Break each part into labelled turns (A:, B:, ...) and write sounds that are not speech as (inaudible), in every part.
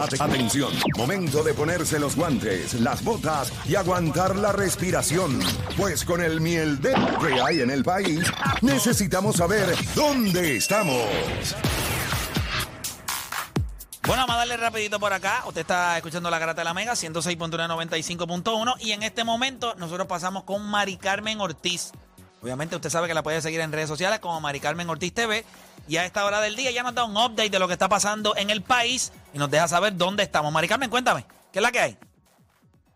A: Ate- Atención, momento de ponerse los guantes, las botas y aguantar la respiración. Pues con el miel de que hay en el país, necesitamos saber dónde estamos.
B: Bueno, vamos a darle rapidito por acá. Usted está escuchando La Garata de la Mega, 106.195.1. Y en este momento nosotros pasamos con Mari Carmen Ortiz. Obviamente usted sabe que la puede seguir en redes sociales como Mari Carmen Ortiz TV. Y a esta hora del día ya nos da un update de lo que está pasando en el país y nos deja saber dónde estamos. Mari Carmen, cuéntame, ¿qué es la que hay?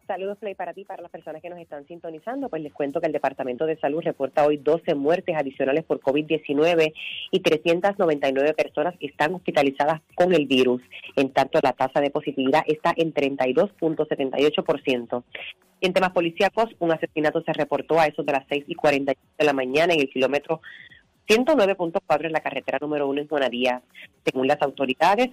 C: Saludos, Play, para ti, para las personas que nos están sintonizando. Pues les cuento que el Departamento de Salud reporta hoy 12 muertes adicionales por COVID-19 y 399 personas están hospitalizadas con el virus. En tanto, la tasa de positividad está en 32.78%. En temas policíacos, un asesinato se reportó a eso de las 6 y 40 de la mañana en el kilómetro 109.4 en la carretera número 1 en Juanadía. Según las autoridades,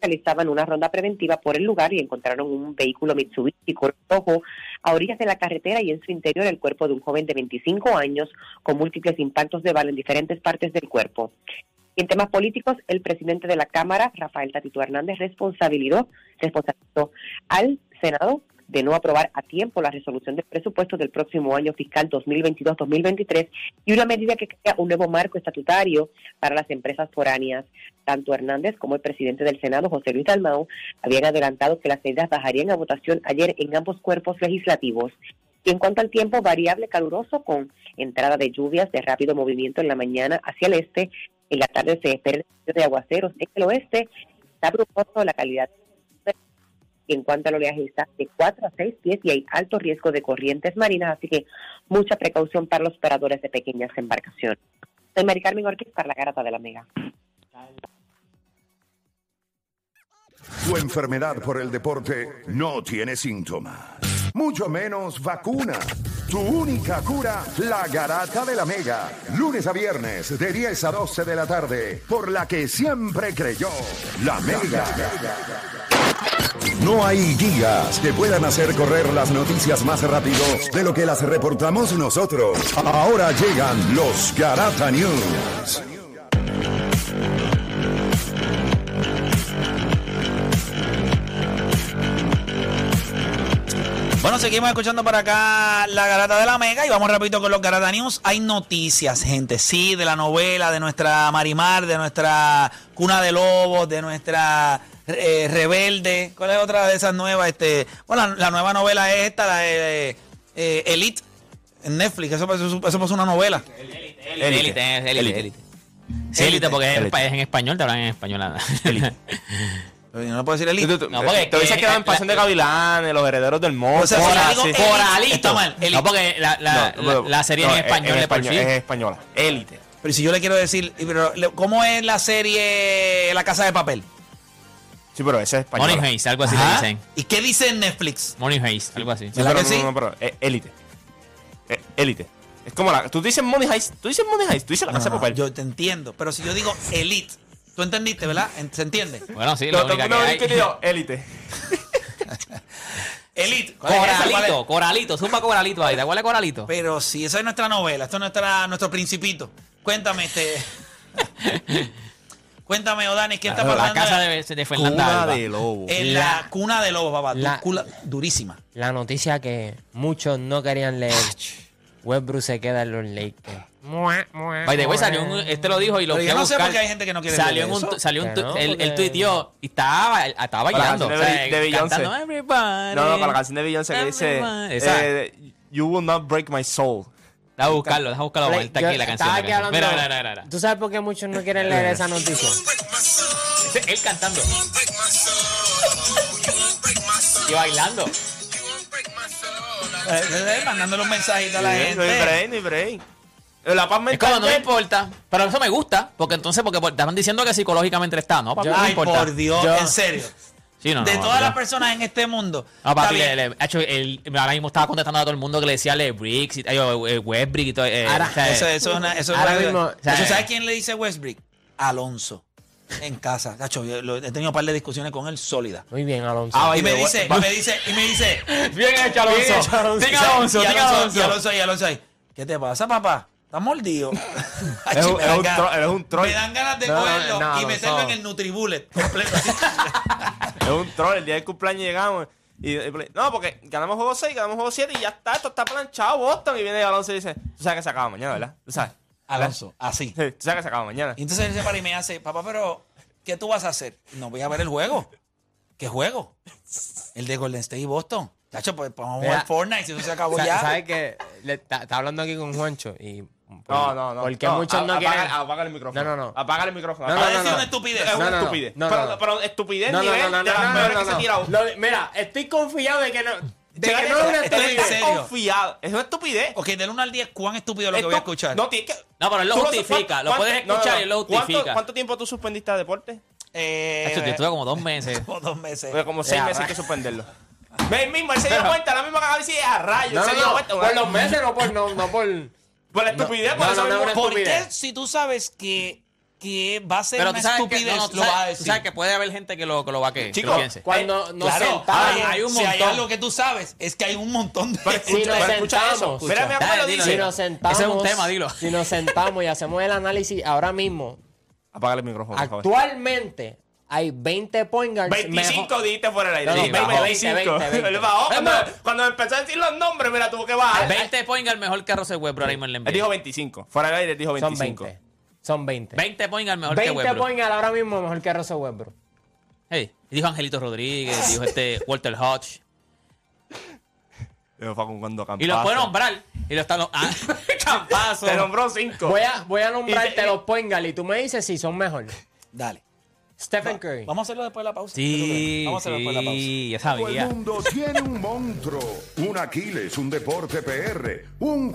C: realizaban una ronda preventiva por el lugar y encontraron un vehículo Mitsubishi color rojo a orillas de la carretera y en su interior el cuerpo de un joven de 25 años con múltiples impactos de bala en diferentes partes del cuerpo. Y en temas políticos, el presidente de la Cámara, Rafael Tatito Hernández, responsabilizó, responsabilizó al Senado de no aprobar a tiempo la resolución del presupuesto del próximo año fiscal 2022-2023 y una medida que crea un nuevo marco estatutario para las empresas foráneas. Tanto Hernández como el presidente del Senado, José Luis Dalmau, habían adelantado que las medidas bajarían a votación ayer en ambos cuerpos legislativos. Y en cuanto al tiempo, variable caluroso con entrada de lluvias de rápido movimiento en la mañana hacia el este. En la tarde se espera de aguaceros en el oeste. Está brumoso la calidad y en cuanto al oleaje está de 4 a 6 pies y hay alto riesgo de corrientes marinas, así que mucha precaución para los operadores de pequeñas embarcaciones. Soy Mari Carmen Ortiz para la Garata de la Mega.
A: Tu enfermedad por el deporte no tiene síntomas, mucho menos vacuna. Tu única cura, la garata de la mega. Lunes a viernes, de 10 a 12 de la tarde, por la que siempre creyó, la mega. No hay guías que puedan hacer correr las noticias más rápido de lo que las reportamos nosotros. Ahora llegan los Garata News.
B: Bueno, seguimos escuchando por acá la garata de la Mega y vamos rapidito con los Garata News. Hay noticias, gente, sí, de la novela, de nuestra Marimar, de nuestra Cuna de Lobos, de nuestra eh, Rebelde. ¿Cuál es otra de esas nuevas? Este, bueno, la, la nueva novela es esta, la de eh, Elite, en Netflix. Eso, eso, eso pasó una novela.
D: Élite, élite, élite.
B: Sí,
D: Sí, élite, porque es en
B: élite.
D: pa- es en español, te hablan en español. nada. (laughs)
B: Yo no le puedo decir
E: Tú-
B: Elite.
E: tú-
D: No, porque
E: te hubiese
D: que-
E: quedado en
D: la-
E: Pasión de Gavilanes, Los Herederos del Monte.
B: O sea, si
E: Cora-
B: la digo
E: sí.
B: élite,
D: Coralito.
B: está mal, élite.
D: No, porque la, la,
E: No,
D: la-
E: pero-
D: la serie
E: no,
D: es en español, de por sí.
E: Es española. Élite.
B: Pero si yo le quiero decir, y pero, le- ¿cómo es la serie La Casa de Papel?
E: Sí, pero esa es española.
D: Money Heist, algo así
B: Ajá.
D: le Pues dicen.
B: ¿Y qué dice en Netflix?
D: Money Heist, algo así.
E: Sí,
B: ¿Verdad
E: pero
B: que
E: no,
B: sí?
E: no, pero eh, élite. Eh, Élite. Es como la. Tú dices Money Heist, tú dices Money Heist, tú dices la
B: No,
E: casa
B: no,
E: de papel.
B: Yo te entiendo, pero si yo digo elite, tú entendiste, ¿verdad? En- ¿Se entiende?
D: Bueno, sí,
E: Lo
D: la
E: tengo
D: única
E: que
D: que hay. (laughs)
E: digo, élite.
B: Elite. ¿cuál es esa? ¿Cuál es?
D: Coralito, Coralito, zumba Coralito ahí. ¿Te acuerdas de Coralito?
B: Pero si esa es nuestra novela, esto es nuestra, nuestro principito. Cuéntame, este. (laughs) Cuéntame, Odanis, ¿qué está
D: La
B: pasando?
D: casa de, de Fernanda Alba.
E: lobo.
B: En la, cuna de lobos, papá. Du-
F: La-
B: cula- durísima.
F: La noticia que muchos no querían leer. Westbrook se queda en los Lakers.
D: By the way, salió un, este lo dijo y lo
B: Pero
D: fui
B: yo
D: a
B: no sé
D: buscar.
B: por qué hay gente que no quiere
D: salió
B: leer
D: en un,
B: eso.
D: tu- salió un
F: Que
D: tu-
F: no,
D: él, él
F: porque-
D: tuiteó y estaba, estaba
E: la
D: bailando.
E: canción de
D: o sea,
E: Be- de Beyoncé.
D: cantando Everybody.
E: No, no, con la canción de Beyoncé que dice.
D: Esa.
E: eh, You will not break my soul.
D: Deja buscarlo, deja buscarlo.
F: Play-
D: Está aquí
F: yo
D: la canción.
F: estaba
D: la
F: aquí
D: canción.
F: hablando-
D: Mira, mira, mira, mira.
F: ¿Tú sabes por qué muchos no quieren leer esa noticia?
D: Ese- Él cantando. y bailando.
B: Eh, eh, eh, mandándole un mensajito a la
E: Eh, No hay
B: gente.
E: break, no hay break. La
D: Es
E: paz
D: como,
E: mental.
D: no me importa. Pero eso me gusta. Porque entonces, porque por- estaban diciendo que psicológicamente le está, ¿no? Papi, no me
B: Ay,
D: importa.
B: por Dios,
D: Yo-
B: en serio.
D: Sí, no, no,
B: de
D: no,
B: todas
D: yo-
B: las personas en este mundo.
D: No,
B: está
D: papi,
B: bien.
D: le, le- ha hecho, él, ahora mismo estaba contestando a todo el mundo que le decía Lebricks, y, eh, Westbrick y todo. eh,
F: Ahora,
D: o sea,
B: Eso, eso es una. Eso es
F: Ahora
B: una-
F: mismo,
B: eso,
D: o sea,
B: ¿Sabes quién le dice Westbrook? Alonso en casa. Tacho, yo lo- he tenido un par de discusiones con él sólida.
F: Muy bien, Alonso.
E: Ah,
B: Y me
E: Ay, me
B: dice,
E: voy-
B: y me dice, y me dice,
D: Bien hecho, Alonso.
F: Bien hecho, Alonso.
B: y
D: Siga, Alonso, siga,
B: Alonso, y
D: Alonso.
B: Alonso, y Alonso ahí, ¿Qué te pasa, papá? ¿Estás mordido? (laughs) Ay,
E: Eres un-
B: me
E: eres
B: dan
E: un
B: ganas-
E: tro- eres un troll.
B: Me dan ganas de
F: No, no,
B: cogerlo
F: no,
B: y
F: Alonso.
B: meterlo en el Nutribullet completo.
E: Es un troll. El día del cumpleaños llegamos. Y, y- no, porque ganamos juego 6, ganamos juego 7 y ya está. Esto está planchado, Boston. Y viene Alonso y dice: Tú sabes que se acaba mañana, ¿verdad? Tú sabes. (laughs)
B: Alonso, así.
E: Sí, Tú sabes que se acaba mañana.
B: Y entonces él se para y me hace, papá, pero ¿qué tú vas a hacer? No voy a ver el juego. ¿Qué juego? El de Golden State y Boston. Chacho, pues vamos a jugar
F: Mira.
B: Fortnite si eso se acabó
F: Sa-
B: ya.
F: ¿Sabes qué? Le- Está está hablando aquí con Juancho y...
E: No, no, no.
F: Porque muchos no
E: apaga-
F: quieren...
E: Apaga el micrófono.
F: No, no, no.
E: Apaga el micrófono.
F: No,
B: Va a
E: Apaga-
B: decir
F: no.
B: una estupidez.
E: Es una
F: no, no.
E: estupidez.
F: No, no,
E: pero,
F: no.
E: pero estupidez
F: No, no,
E: nivel
F: no, no,
E: de
F: no,
E: las
F: no,
E: peores
F: no,
E: que se
F: no.
E: ha tirado.
F: Lo- mira, estoy confiado de que no... De
E: Chécate,
F: que no es una
E: estoy
B: estupidez.
E: bien confiado. Es una estupidez.
B: Ok, del 1 al 10, ¿cuán estúpido es lo que
E: Esto-
B: voy a escuchar?
E: No, tienes que...
D: No, pero él lo
E: Tú
D: justifica, lo
E: ¿cuánto-
D: puedes
E: no, no,
D: escuchar
E: no.
D: y él lo
E: ¿Cuánto-
D: justifica.
E: ¿Cuánto tiempo tú suspendiste deporte?
B: Eh,
D: Hacho, yo estuve como dos
B: (laughs)
D: meses.
B: como dos meses.
E: Fue como seis
F: Ya,
E: meses
F: va.
E: que suspenderlo. Ve el mismo, él se dio cuenta, la misma cagada y dice, a rayos,
F: No,
E: él se dio
F: no, no.
E: cuenta.
F: Por
E: bueno,
F: los meses, no por... No, no por...
E: Por la estupidez,
F: No,
E: por
F: no,
E: eso
F: no,
E: mismo.
F: no, no.
B: ¿Por qué
F: estupidez.
B: si tú sabes que, que va a ser
D: Pero
B: una
D: tú sabes, que,
B: estupidez,
D: no, no, tú
B: lo vas a
D: sabes, tú
B: decir?
D: sabes que puede haber gente que lo, que lo vaquee.
E: Chicos,
D: fíjense.
F: Cuando nos
B: claro, Ah,
F: sentamos...
B: hay,
D: hay un
B: si hay
D: montón.
B: algo que tú sabes, es que hay un montón de...
E: Pero
F: Si
E: escucha,
F: nos
E: pero escucha eso.
F: sentamos,
E: Mira, mi
D: escucha.
E: abuelo
D: Dale, dilo,
F: Si
D: dilo.
E: dice...
F: nos sentamos...
D: Ese es un tema, dilo.
F: Si nos sentamos (laughs) y hacemos el análisis ahora mismo,
E: Apaga el micrófono, por favor.
F: actualmente hay 20 point guards
E: 25
F: mejor-
E: dijiste fuera del aire.
F: No,
D: no,
E: Sí,
D: bajó.
E: 20,
F: 20,
E: 25.
F: 20.
E: Él bajó.
D: Es
E: Cuando,
D: más.
E: cuando empezó a decir los nombres, mira, tuvo que bajar.
D: 20 point al mejor que Russell Westbrook ahora mismo en la NBA.
E: Él dijo 25. Fuera del aire, él dijo
F: Son
E: 25.
F: 20. Son 20.
D: 20 point al mejor que
F: 20
D: Westbrook.
F: point guard ahora mismo mejor que Russell Westbrook.
D: Hey, dijo Angelito Rodríguez,
B: (laughs)
D: dijo este Walter Hodge.
E: Pero fue con cuando
D: Y lo
E: Campazo.
D: puede nombrar. Y lo está lo-
B: (laughs)
D: ah, Campazo.
E: Te nombró 5.
F: Voy a, voy a
E: Y te-
F: nombrarte
E: y-
F: los point guard y tú me dices si
E: (laughs)
F: son mejor.
B: Dale.
F: Stephen Curry.
B: Vamos a hacerlo después de la pausa.
D: Sí,
B: Vamos a hacerlo después de la pausa.
D: sí, ya
A: Todo el
D: sabía.
A: mundo tiene un monstruo, un Aquiles, un deporte PR, un